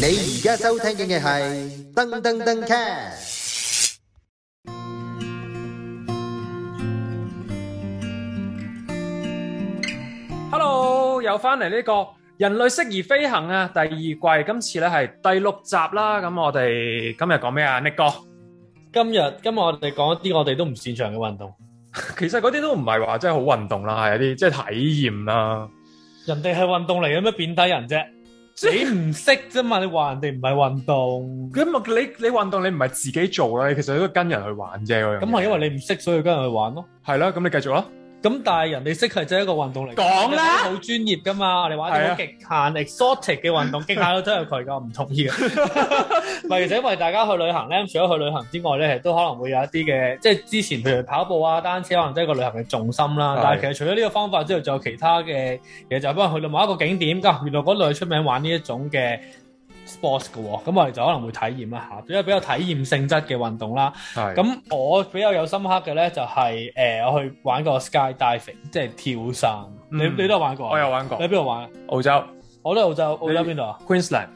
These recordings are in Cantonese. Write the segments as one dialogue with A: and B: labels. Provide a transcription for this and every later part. A: 你而家收聽嘅係噔噔噔 cast。
B: Hello，又翻嚟呢個人類適宜飛行啊，第二季，今次咧係第六集啦。咁我哋今日講咩啊？Nick 哥，
C: 今日今日我哋講一啲我哋都唔擅長嘅運動，
B: 其實嗰啲都唔係話真係好運動啦，係一啲即係體驗啦。
C: 人哋係運動嚟嘅咩？貶低人啫，你唔識啫嘛？你話人哋唔係運動，
B: 咁啊你你運動你唔係自己做啦，你其實都跟人去玩啫。嗰樣嘢
C: 咁係因為你唔識，所以跟人去玩咯。
B: 係啦，咁你繼續啦。
C: 咁但係人哋識係真係一個運動嚟，
B: 講啦啊
C: 好專業噶嘛？你玩啲好極限 exotic 嘅運動，極限都真係佢噶，我唔同 意嘅。咪而且因為大家去旅行咧，除咗去旅行之外咧，都可能會有一啲嘅，即係之前譬如跑步啊、單車，可能真係個旅行嘅重心啦
B: 係。
C: 但係其實除咗呢個方法之外，仲有其他嘅嘢，就係幫人去到某一個景點，啊，原來嗰度係出名玩呢一種嘅 sports 嘅喎，咁我哋就可能會體驗一下，因為比較體驗性質嘅運動啦。
B: 係
C: 咁我比較有深刻嘅咧，就係、呃我去玩過 skydiving，即係跳傘。你
B: 嗯
C: 你都有玩過啊？
B: 我有玩過
C: 你喺邊度玩啊？
B: 澳洲
C: 我都喺澳洲，澳洲邊度啊
B: Queensland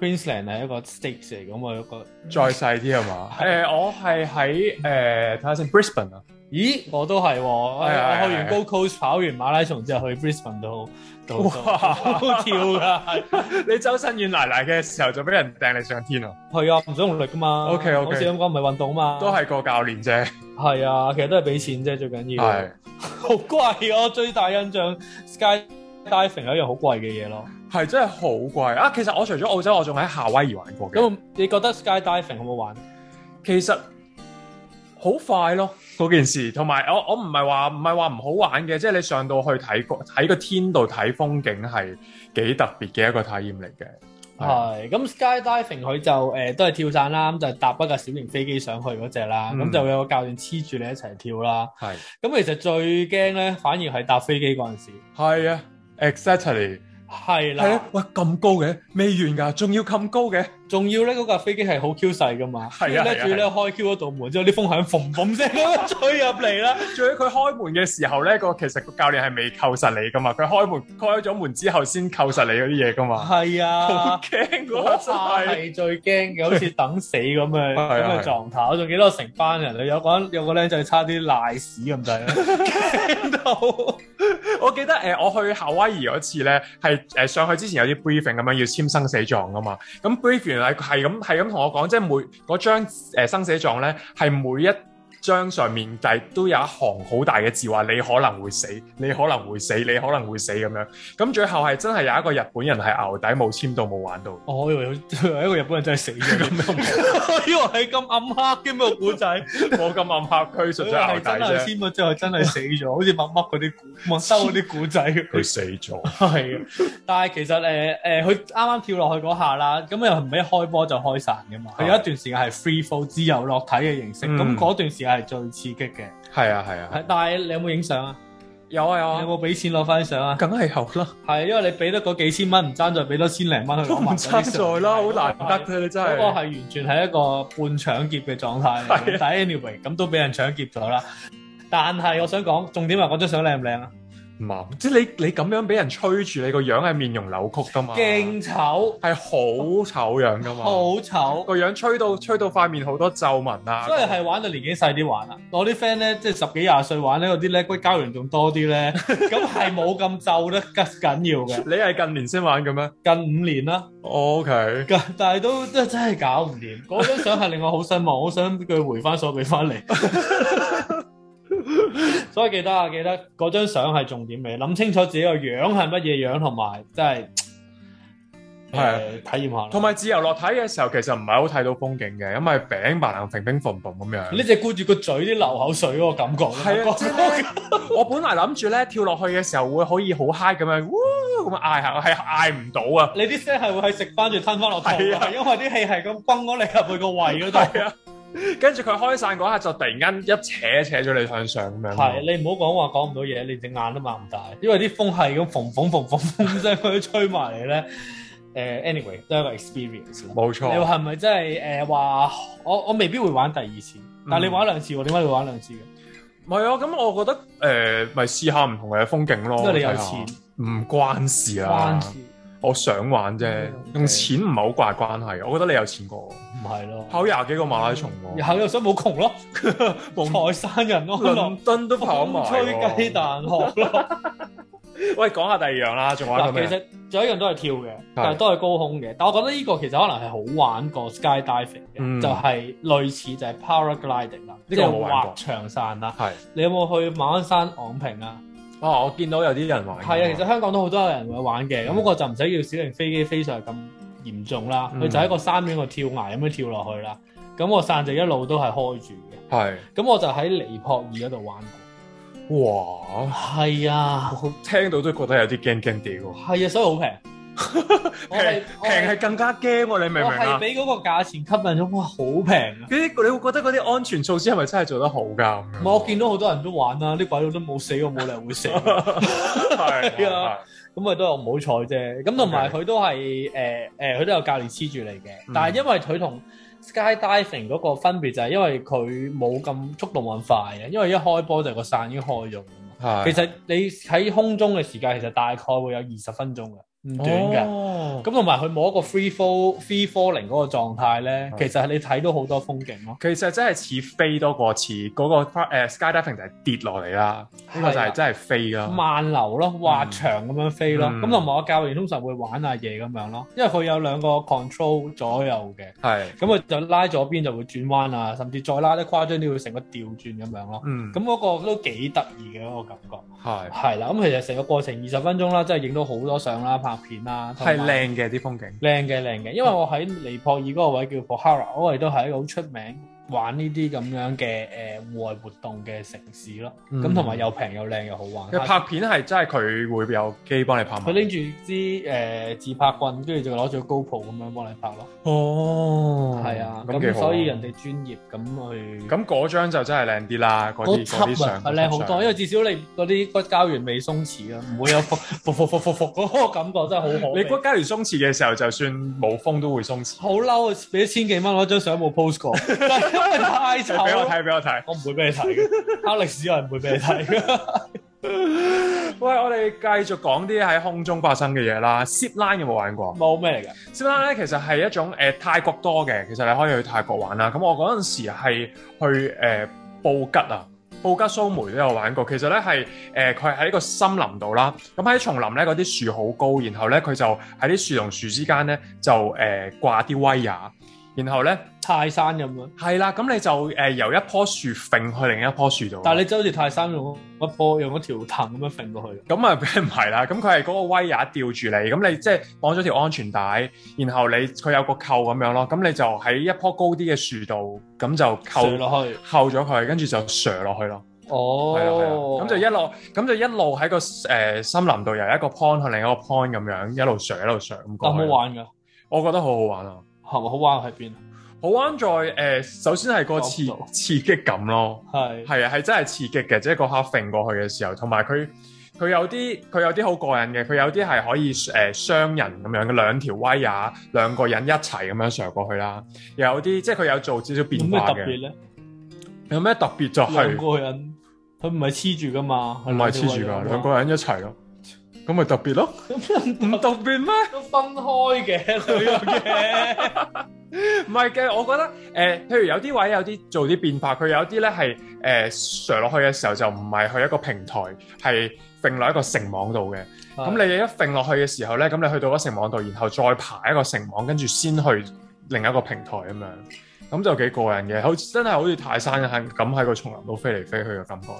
C: ？Queensland 係一個 state 嚟，咁我有一個。
B: 再細啲係 嘛？誒，我係喺誒睇下先 Brisbane 啊，
C: 咦，我都係喎！我
B: 係係
C: 我去
B: 係啊
C: 完 Gold Coast 跑完馬拉松之後，去 Brisbane 度度度
B: 哇
C: 度跳㗎，
B: 你周身軟奶奶嘅時候就俾人掟你上天啊，
C: 係啊，唔使用力㗎嘛。
B: OK，OK
C: 好似咁講唔係運動嘛。
B: 都係個教練啫，
C: 係啊，其實都係俾錢啫，最緊要。
B: 係。
C: 好貴啊！我最大印象 skydiving 係一樣好貴嘅嘢咯。
B: 係真係好貴啊！其實我除咗澳洲，我仲喺夏威夷玩過嘅。咁啊
C: 咁你覺得 skydiving 好唔好玩？
B: 其實好快咯，嗰件事。同埋我我唔係話唔係話唔好玩嘅，即係你上到去睇個睇個天度睇風景係幾特別嘅一個體驗嚟嘅。係
C: 係咁 skydiving 佢就誒、呃都係跳傘啦，咁就搭一架小型飛機上去嗰只啦，咁、
B: 嗯
C: 就有個教練黐住你一齊跳啦。
B: 係
C: 咁其實最驚咧，反而係搭飛機嗰陣時，
B: 係啊，exactly
C: 係
B: 係
C: 啦
B: 啊，，喂咁高嘅，未完㗎，仲要咁高嘅，
C: 仲要咧嗰架飛機係好 Q 細噶嘛，
B: 係啊
C: 跟
B: 係啊
C: 住咧仲要咧開 Q 嗰道門之後，啲風響嘭嘭聲咁樣吹入 嚟啦，
B: 仲要佢開門嘅時候咧，個其實個教練係未扣實你㗎嘛，佢開門開咗門之後先扣實你嗰啲嘢㗎 嘛，
C: 係啊
B: 好。驚
C: 嗰
B: 嗰
C: 下
B: 下真係。
C: 係最驚嘅，好似等死咁 嘅
B: 係啊
C: 咁嘅狀態。我仲記得我成班人，有個人有個僆仔差啲賴屎咁滯啦，驚到
B: 我記得誒、呃我去夏威夷嗰次咧，係誒、呃上去之前有啲 briefing 咁樣要簽生死狀噶嘛。咁 briefing 係係咁係咁同我講，即係每嗰張、呃、生死狀咧，係每一張上面第都有一行好大嘅字話你可能會死，你可能會死，你可能會死咁樣。咁最後係真係有一個日本人係牛底冇簽到冇玩 到。
C: 我以為佢一個日本人真係死 咗咁樣， 我以為係咁暗黑嘅咩個古仔，
B: 我咁暗黑區
C: 佢
B: 純粹係
C: 係
B: 牛
C: 真
B: 底
C: 係
B: 啫，
C: 簽咗之後真係死咗，好似默默嗰啲 古默收嗰啲古仔咁。
B: 佢死咗。
C: 係啊，但係其實誒誒，呃佢啱啱跳落去嗰下啦，咁又唔係一開波就開散嘅嘛。佢
B: 係
C: 有一段時間係 free fall 自由落體嘅形式，
B: 嗯
C: 咁嗰、段時間係最刺激嘅。
B: 係啊係啊
C: 係，，但係你有冇影相啊？
B: 有啊有
C: 你有
B: 啊，
C: 冇俾錢攞翻相啊？
B: 梗係有啦，
C: 係因為你俾得嗰幾千蚊，唔爭再俾多千零蚊去
B: 都
C: 攞
B: 唔
C: 埋嗰
B: 爭
C: 啲相
B: 在啦，好難得嘅你真
C: 嗰個係
B: 係。
C: 完全係一個半搶劫嘅狀態嚟
B: 係啊
C: 嘅，但係 anyway 咁都俾人搶劫咗啦。但係我想講，重點係嗰張相靚唔靚啊？
B: 唔啱，即係你你咁樣俾人吹住，你個樣係面容扭曲噶嘛，係
C: 勁醜，
B: 好醜樣噶
C: 好
B: 嘛，
C: 醜。
B: 個樣吹到吹到塊面好多皺紋啊，
C: 所以係玩到年紀細啲玩啦。啊我啲 friend 咧，即係十幾廿歲玩咧，嗰啲咧骨膠原仲多 啲咧，咁係冇咁皺得緊要嘅。
B: 你係近年先玩嘅咩
C: 近五年啦，
B: ？O K，
C: 近但係都真真係搞唔掂。嗰張相係令我好失望，我想佢回翻所俾翻嚟。 所以記得啊，記得嗰張相係重點嚟，諗清楚自己個樣係乜嘢樣，同埋真係
B: 係啊
C: 誒體驗下
B: 同
C: 啦。
B: 埋自由落體嘅時候，其實唔係好睇到風景嘅，因為餅白冷平平縫縫咁樣。
C: 呢隻顧住個嘴啲流口水嗰個感覺，
B: 係啊，即係呢 我本來諗住咧跳落去嘅時候會可以好 high 咁樣，嗚咁啊嗌下，我係嗌唔到 啊！
C: 你啲聲係會係食翻住吞翻落肚，
B: 係
C: 係、
B: 啊
C: 因為啲氣係咁崩咗你入去個胃嗰度。
B: 係啊，跟住佢開散嗰下就突然間一扯扯咗你向上咁樣。
C: 係你唔好講話講唔到嘢，你隻眼都擘唔大，因為啲風係咁縫縫縫縫縫聲佢吹埋嚟咧。誒、a n y w a y 都係一個 experience 啦。
B: 冇
C: 你
B: 錯。
C: 話係咪真係誒話我我未必會玩第二次，但係你玩兩次喎，點解你玩兩次嘅？
B: 唔係啊，咁我覺得誒，咪、試下唔同嘅風景咯。
C: 因為你有
B: 睇下
C: 錢，
B: 唔關事啊。
C: 關事。
B: 我想玩啫
C: 嗯，OK，
B: 用錢唔係好怪關係。我覺得你有錢過我，
C: 唔係咯，
B: 跑廿幾個馬拉松喎，
C: 然後又想冇窮咯，
B: 望
C: 財散人安樂
B: 倫。敦都跑埋
C: 風
B: 喎。
C: 吹雞蛋殼咯。
B: 喂，講下第二樣啦，仲玩
C: 嗱，
B: 到咩
C: 其
B: 啊？
C: 實仲有一樣都係跳嘅，但係都係高空嘅。但我覺得呢個其實可能係好玩過 skydiving 嘅，
B: 嗯
C: 就係類似就係 paragliding 啦，呢
B: 呢
C: 個
B: 個我冇玩過
C: 滑翔傘啦。
B: 係
C: 你有冇去馬鞍山昂坪啊？
B: 哦，我見到有啲人玩㗎嘛。
C: 係啊，其實香港都好多人會玩嘅，咁嗰個就唔使要小型飛機飛上去咁嚴重啦，佢
B: 嗯
C: 就喺個山邊個跳崖咁樣跳落去啦。咁我傘就一路都係開住嘅，
B: 係
C: 咁我就喺尼泊爾嗰度玩過。
B: 哇，
C: 係啊，
B: 我聽到都覺得有啲驚驚地喎。
C: 係啊，所以好 平。我係
B: 平
C: 我
B: 平係更加驚喎，你明唔明
C: 我係
B: 啊？
C: 俾嗰個價錢吸引咗，哇，好平啊！
B: 嗰啲你會覺得嗰啲安全措施係咪真係做得好㗎？咁樣
C: 唔係我見到好多人都玩啦，啲鬼佬都冇死，我冇理由會死。
B: 係
C: 係啊，咁咪都係唔好彩啫。咁同埋
B: OK
C: 佢都係誒誒，呃佢都有教練黐住你嘅。
B: 嗯
C: 但係因為佢同 skydiving 嗰個分別就係因為佢冇咁速度冇咁快嘅，因為一開波就個傘已經開咗㗎嘛。
B: 係
C: 其實你喺空中嘅時間其實大概會有二十分鐘嘅，唔短
B: 哦
C: 㗎。
B: 㗎
C: 咁同埋佢冇一個 free fall free falling 嗰個狀態咧，
B: 係
C: 其實你睇到好多風景咯。
B: 其實真係似飛多過似嗰個誒 skydiving 就係跌落嚟啦，
C: 啊
B: 呢個就係真係飛啦。
C: 慢流咯，滑翔咁樣飛咯，
B: 啊嗯
C: 咁同埋我教練通常會玩下嘢咁樣咯，因為佢有兩個 control 左右嘅，
B: 係，
C: 咁佢就拉左邊就會轉彎啊，甚至再拉得誇張啲會成個調轉咁樣咯，
B: 嗯，
C: 咁嗰個都幾得意嘅嗰個感覺，
B: 係
C: 係啦，咁啊其實成個過程二十分鐘啦，真係影到好多相啦、拍片啦，同埋
B: 係靚嘅啲風景。
C: 靚嘅靚嘅，因為我喺尼泊爾嗰個位叫 Pokhara，我哋都係一個好出名玩呢啲咁樣嘅誒戶外活動嘅城市咯，
B: 嗯
C: 咁同埋又平又靚又好玩。
B: 佢拍片係真係佢會有機幫你拍
C: 佢
B: 埋。
C: 拎住支誒自拍棍，跟住就攞住個 GoPro 咁樣幫你拍咯。
B: 哦
C: 係啊，
B: 幾
C: 咁
B: 好
C: 所以人哋專業咁去
B: 咁嗰張就真係靚啲啦，嗰
C: 嗰
B: 啲嗰啲
C: 輯
B: 相
C: 啊，係靚好多，因為
B: 為
C: 至少你嗰啲骨膠原未鬆弛啊，唔會有伏伏伏伏伏伏嗰個感覺真係好好。
B: 你骨加完鬆弛嘅時候，就算冇風都會鬆弛。
C: 好嬲啊！俾咗千幾蚊攞張相冇 post 過，就係因為太
B: 俾我
C: 醜啦。
B: 睇，俾我睇。
C: 我唔會俾你睇嘅，黑歷史我係唔會俾你睇嘅。
B: 喂，我哋繼續講啲喺空中發生嘅嘢啦。Zip line 有冇玩過
C: 冇咩嚟㗎？
B: ？Zip line 咧其實係一種誒、呃泰國多嘅，其實你可以去泰國玩啦。咁我嗰陣時係去誒、呃布吉啊。布吉蘇梅都有玩過，其實咧係誒佢喺個森林度啦，咁喺叢林咧嗰啲樹好高，然後咧佢就喺啲樹同樹之間咧就誒、呃、掛啲威亞，然後咧
C: 泰山咁樣，
B: 係啦，咁你就誒、呃由一棵樹揈去另一棵樹度。
C: 但係你真係好似泰山用一樖用一條藤咁樣揈過去。
B: 咁啊， 唔係啦，咁佢係嗰個威也吊住你，咁你即係綁咗條安全帶，然後你佢有個扣咁樣咯，咁你就喺一棵高啲嘅樹度，咁就
C: 垂
B: 扣
C: 落去，
B: 扣咗佢，跟住就射落去咯，
C: 哦，
B: 係啦係啦，咁就一路咁就一路喺個誒、呃森林度由一個 point 去另一個 point 咁樣一路射一路射咁
C: 有
B: 過去
C: 冇啊玩噶？
B: 我覺得好好玩啊！
C: 係咪好玩喺邊啊？
B: 好玩在誒、呃首先係個刺
C: 角度
B: 刺激感咯。
C: 係
B: 係啊，係真係刺激嘅，即係嗰刻揈過去嘅時候，同埋佢佢有啲佢有啲好過癮嘅，佢有啲係可以誒、呃雙人咁樣嘅兩條威也，兩個人一齊咁樣上過去啦。又有啲即係佢有做少少
C: 有
B: 變
C: 咩
B: 化
C: 特
B: 嘅
C: 別。咧？
B: 有咩特別就係
C: 兩個人佢唔係黐住噶嘛，
B: 唔係黐住㗎，兩個人一齊咯，咁咪特別咯？唔特別咩？
C: 都分開嘅兩樣 嘢。
B: 唔係嘅，我覺得誒、呃譬如有啲位有啲做啲變化，佢有啲咧係誒上落去嘅時候就唔係去一個平台，係揈落一個繩網度嘅。咁你一揈落去嘅時候咧，咁你去到嗰繩網度，然後再爬一個繩網，跟住先去另一個平台咁樣，咁就幾過癮嘅，好似真係好似泰山咁喺個叢林度飛嚟飛去嘅感覺咯。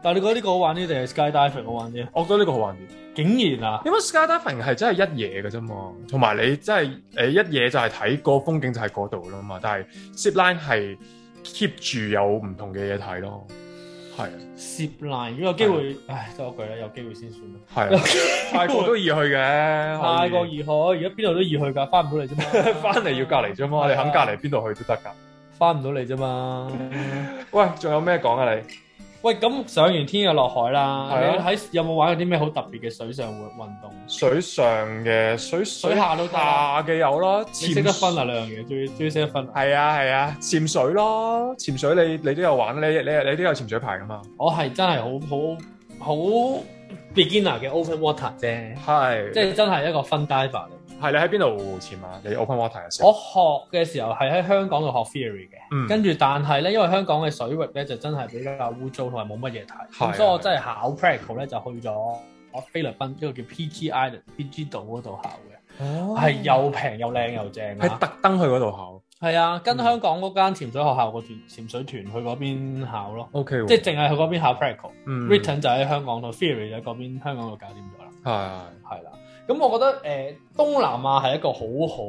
C: 但係你覺得呢個好玩啲定係 skydiving 好玩啲？
B: 我覺得呢個好玩啲，
C: 竟然啊，
B: 因為 skydiving 係真係一夜嘅啫嘛，同埋你真係誒一夜就係睇個風景就係嗰度啦嘛，但係 zip line 係 keep 住有唔同嘅嘢睇咯，係啊
C: 攝難如果有機會，唉，都係嗰句啦，有機會先算啦。
B: 係 啊，泰國都易去嘅，
C: 泰國
B: 易
C: 易去，而家邊度都易去㗎，翻唔到嚟啫嘛。
B: 翻嚟要隔離啫嘛，你肯隔離邊度去都得㗎。
C: 翻唔到嚟啫嘛。
B: 嗯喂，仲有咩講啊你？
C: 喂，咁上完天又落海啦，
B: 係啊
C: 你喺有冇玩過啲咩好特別嘅水上活運動？啊
B: 水上嘅水
C: 水下都得啊。
B: 下嘅有咯，
C: 你
B: 潛
C: 識得分啊兩樣嘢，最最識得分啊。
B: 係啊係啊，潛水咯，潛水你你都有玩，你你你都有潛水牌噶嘛？
C: 我係真係好好好 beginner 嘅 open water 啫，
B: 係
C: 即
B: 即係
C: 係真係一個 fun diver 嚟。
B: 係你喺邊度潛啊？你 open water 嘅時候，
C: 我學嘅時候係喺香港度學 theory 嘅，
B: 嗯
C: 跟住但係咧，因為香港嘅水域咧就真係比較污糟同埋冇乜嘢睇，
B: 係
C: 咁所以我真係考 practical 咧就去咗我菲律賓一個叫 PG Island PG 島嗰度考嘅，係啊又平又靚又正
B: 係
C: 啊！
B: 特登去嗰度考
C: 係啊，跟
B: 嗯
C: 香港嗰間潛水學校個團潛水團去嗰邊考咯，
B: ，OK 喎，
C: 即係淨係去嗰邊考 practical，written、
B: 嗯
C: Written 就喺香港度，theory 就喺嗰邊香港度搞掂咗啦。
B: 係
C: 係啦，咁我覺得誒、呃、東南亞係一個好好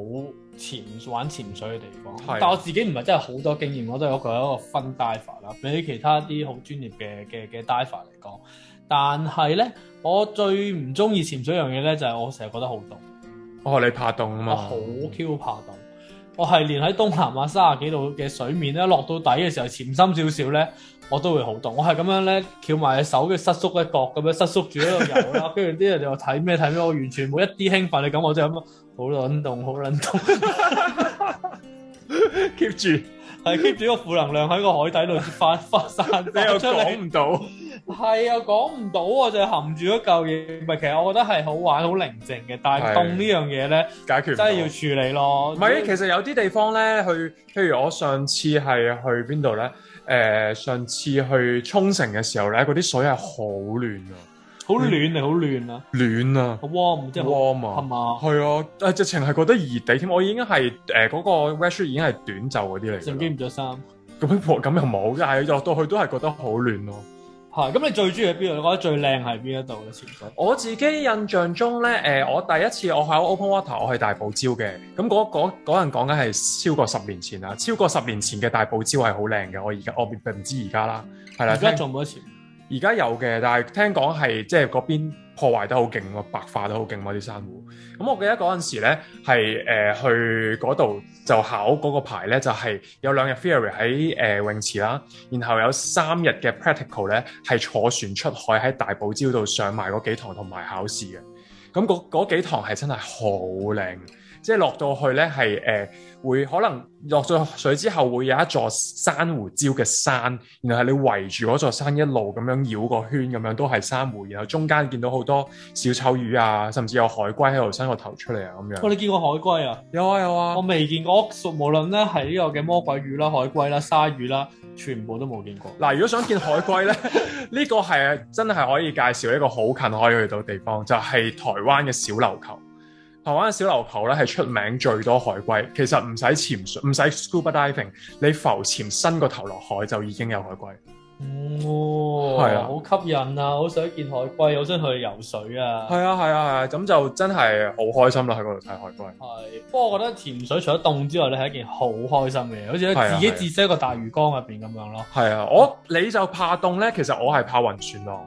C: 潛玩潛水嘅地
B: 係
C: 方，但我自己唔係真係好多經驗，我都係一個一個分 diver 啦，比起其他啲好專業嘅嘅嘅 diver 嚟講，但係咧，我最唔中意潛水樣嘢咧，就係、我成日覺得好凍，
B: 哦你怕凍啊嘛，
C: 我好 Q 怕凍。我係連喺東南亞三十幾度嘅水面咧，落到底嘅時候潛深少少咧，我都會好凍。我係咁樣咧，翹埋隻手，跟住失縮一角咁樣失縮住喺度 游啦。跟住啲人就話睇咩睇咩，我完全冇一啲興奮嘅感覺，我就係咁啊好撚凍，好撚凍，
B: keep 住
C: 係 keep 住個負能量喺個海底度發 發散
B: 你又
C: 出
B: 講
C: 嚟。
B: 唔到。
C: 係啊，講唔到啊，就係含住一嚿嘢。唔係，其實我覺得係好玩、好寧靜嘅，但
B: 係
C: 係凍呢樣嘢咧，
B: 解決唔
C: 真係
B: 到
C: 要處理咯。
B: 唔係，其實有啲地方咧，去譬如我上次係去邊度咧？誒、上次去沖繩嘅時候咧，嗰啲水係好暖啊，
C: 好暖啊，好暖啊，
B: 暖啊
C: 好 warm 即係好
B: ，warm
C: 係
B: 啊，
C: 嘛？
B: 係啊，誒直情係覺得熱地添。我已經係誒嗰個 wetsuit 已經係短袖嗰啲嚟
C: 甚
B: 㗎
C: 至
B: 啦。
C: 唔着衫。
B: 咁樣咁又冇，但係落到去都係覺得好暖咯、
C: 係，咁你最中意喺邊度？你覺得最靚係邊一度嘅潛水？
B: 我自己印象中咧，誒、我第一次我考 Open Water，我係大堡礁嘅。咁嗰嗰嗰陣講緊係超過十年前啦，超過十年前嘅大堡礁係好靚嘅。我而家我唔唔知而家啦，係啦，
C: 而家
B: 聽
C: 仲冇得潛。
B: 而家有嘅，但係聽講係即係嗰邊破壞得好勁喎，白化得好勁喎啲珊瑚。咁我記得嗰陣時咧係誒去嗰度就考嗰個牌咧，就係、有兩日 theory 喺誒、呃泳池啦，然後有三日嘅 practical 咧係坐船出海喺大堡礁度上埋嗰幾堂同埋考試嘅。咁嗰嗰幾堂係真係好靚，即係落到去咧係誒會可能落咗水之後會有一座珊瑚礁嘅山，然後係你圍住嗰座山一路咁樣繞個圈咁樣都係珊瑚，然後中間見到好多小丑魚啊，甚至有海龜喺度伸個頭出嚟啊咁
C: 我
B: 樣。
C: 你見過海龜啊？
B: 有啊有啊
C: 我，未見過，屬無論咧係呢個嘅魔鬼魚啦、海龜啦、鯊魚啦，全部都冇見過。
B: 嗱如果想見海龜咧，呢 個係真係可以介紹一個好近可以去到地方，就係、台灣嘅小琉球。台灣嘅小琉球咧係出名最多海龜，其實唔使潛水，唔使 scuba diving，你浮潛伸個頭落海就已經有海龜。嗯
C: 哦，
B: 係啊
C: 好吸引啊！好想見海龜，好想去游水啊！
B: 係啊係啊係啊，咁就真係好開心啦！喺嗰度睇海龜。
C: 係，不過我覺得潛水除咗凍之外咧，係一件好開心嘅嘢，好似
B: 係
C: 咧
B: 啊
C: 自己置身一個大魚缸入邊咁樣咯。
B: 係啊，我你就怕凍咧，其實我係怕暈船浪，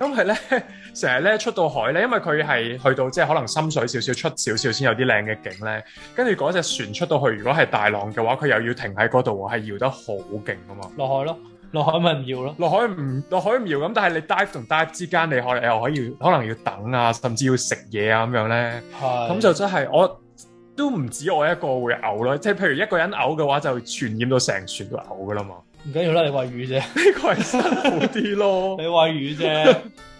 B: 因為咧 成日咧出到海咧，因為佢係去到即係可能深水少少出少少先有啲靚嘅景咧，跟住嗰隻船出到去，如果係大浪嘅話，佢又要停喺嗰度喎，係搖得好勁噶嘛。
C: 落海咯，落海咪唔要咯。
B: 落海唔落海唔搖咁，但係你 dive 同 dive 之間，你可能又可以可能要等啊，甚至要食嘢啊咁樣咧，
C: 係
B: 咁就真係我都唔止我一個會嘔咯，即係譬如一個人嘔嘅話，就傳染到成船都嘔噶啦嘛，
C: 唔緊要啦，你餵魚啫。
B: 呢個係辛苦啲咯
C: 你。餵魚啫。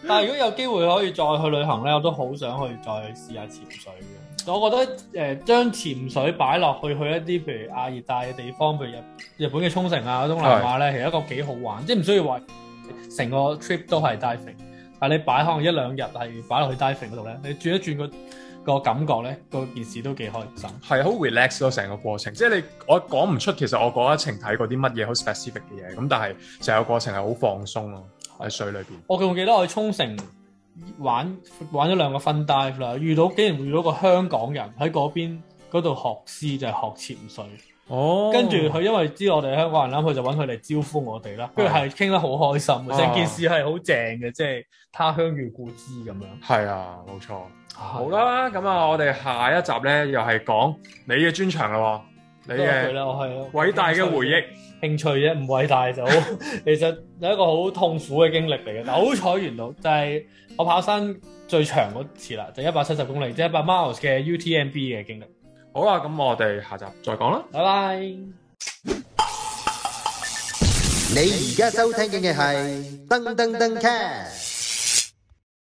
C: 但係如果有機會可以再去旅行咧，我都好想去再試下潛水嘅。我覺得誒、呃、將潛水擺落去去一啲譬如亞熱帶嘅地方，譬如日日本嘅沖繩啊、東南亞咧，其實一個幾好玩，即係唔需要話成個 trip 都係 diving。但係你擺可能一兩日係擺落去 diving 嗰度咧，你轉一轉個個感覺咧，個件事都幾開心。
B: 係好 relax 咯，成個過程，即係你我講唔出，其實我嗰一程睇過啲乜嘢好 specific 嘅嘢，咁但係成個過程係好放鬆咯，喺水裏邊。
C: 我仲記得我去沖繩玩玩咗兩個 fun dive 啦，遇到竟然遇到個香港人喺嗰邊嗰度學師就係、學潛水，
B: 哦
C: 跟住佢因為知我哋香港人啦，佢就揾佢嚟招呼我哋
B: 哦
C: 啦，跟住係傾得好開心嘅，成件事係好正嘅，即係他鄉遇故知咁樣。
B: 係啊，冇錯。
C: 好
B: 好，啦，咁啊，我哋下一集咧又係講你嘅專長啦喎，你
C: 多謝佢
B: 嘅
C: 啦，我係
B: 哎偉大嘅回憶。
C: 興趣啫，唔偉大就好。 其實係一個好痛苦嘅經歷嚟嘅，但好彩完到就係、我跑山最長嗰次啦，就一百七十公里，即係一百 miles 嘅 UTMB 嘅經歷。
B: 好啦，咁我哋下集再講啦。
C: 拜拜。
A: 你而家收聽嘅係噔噔噔 c a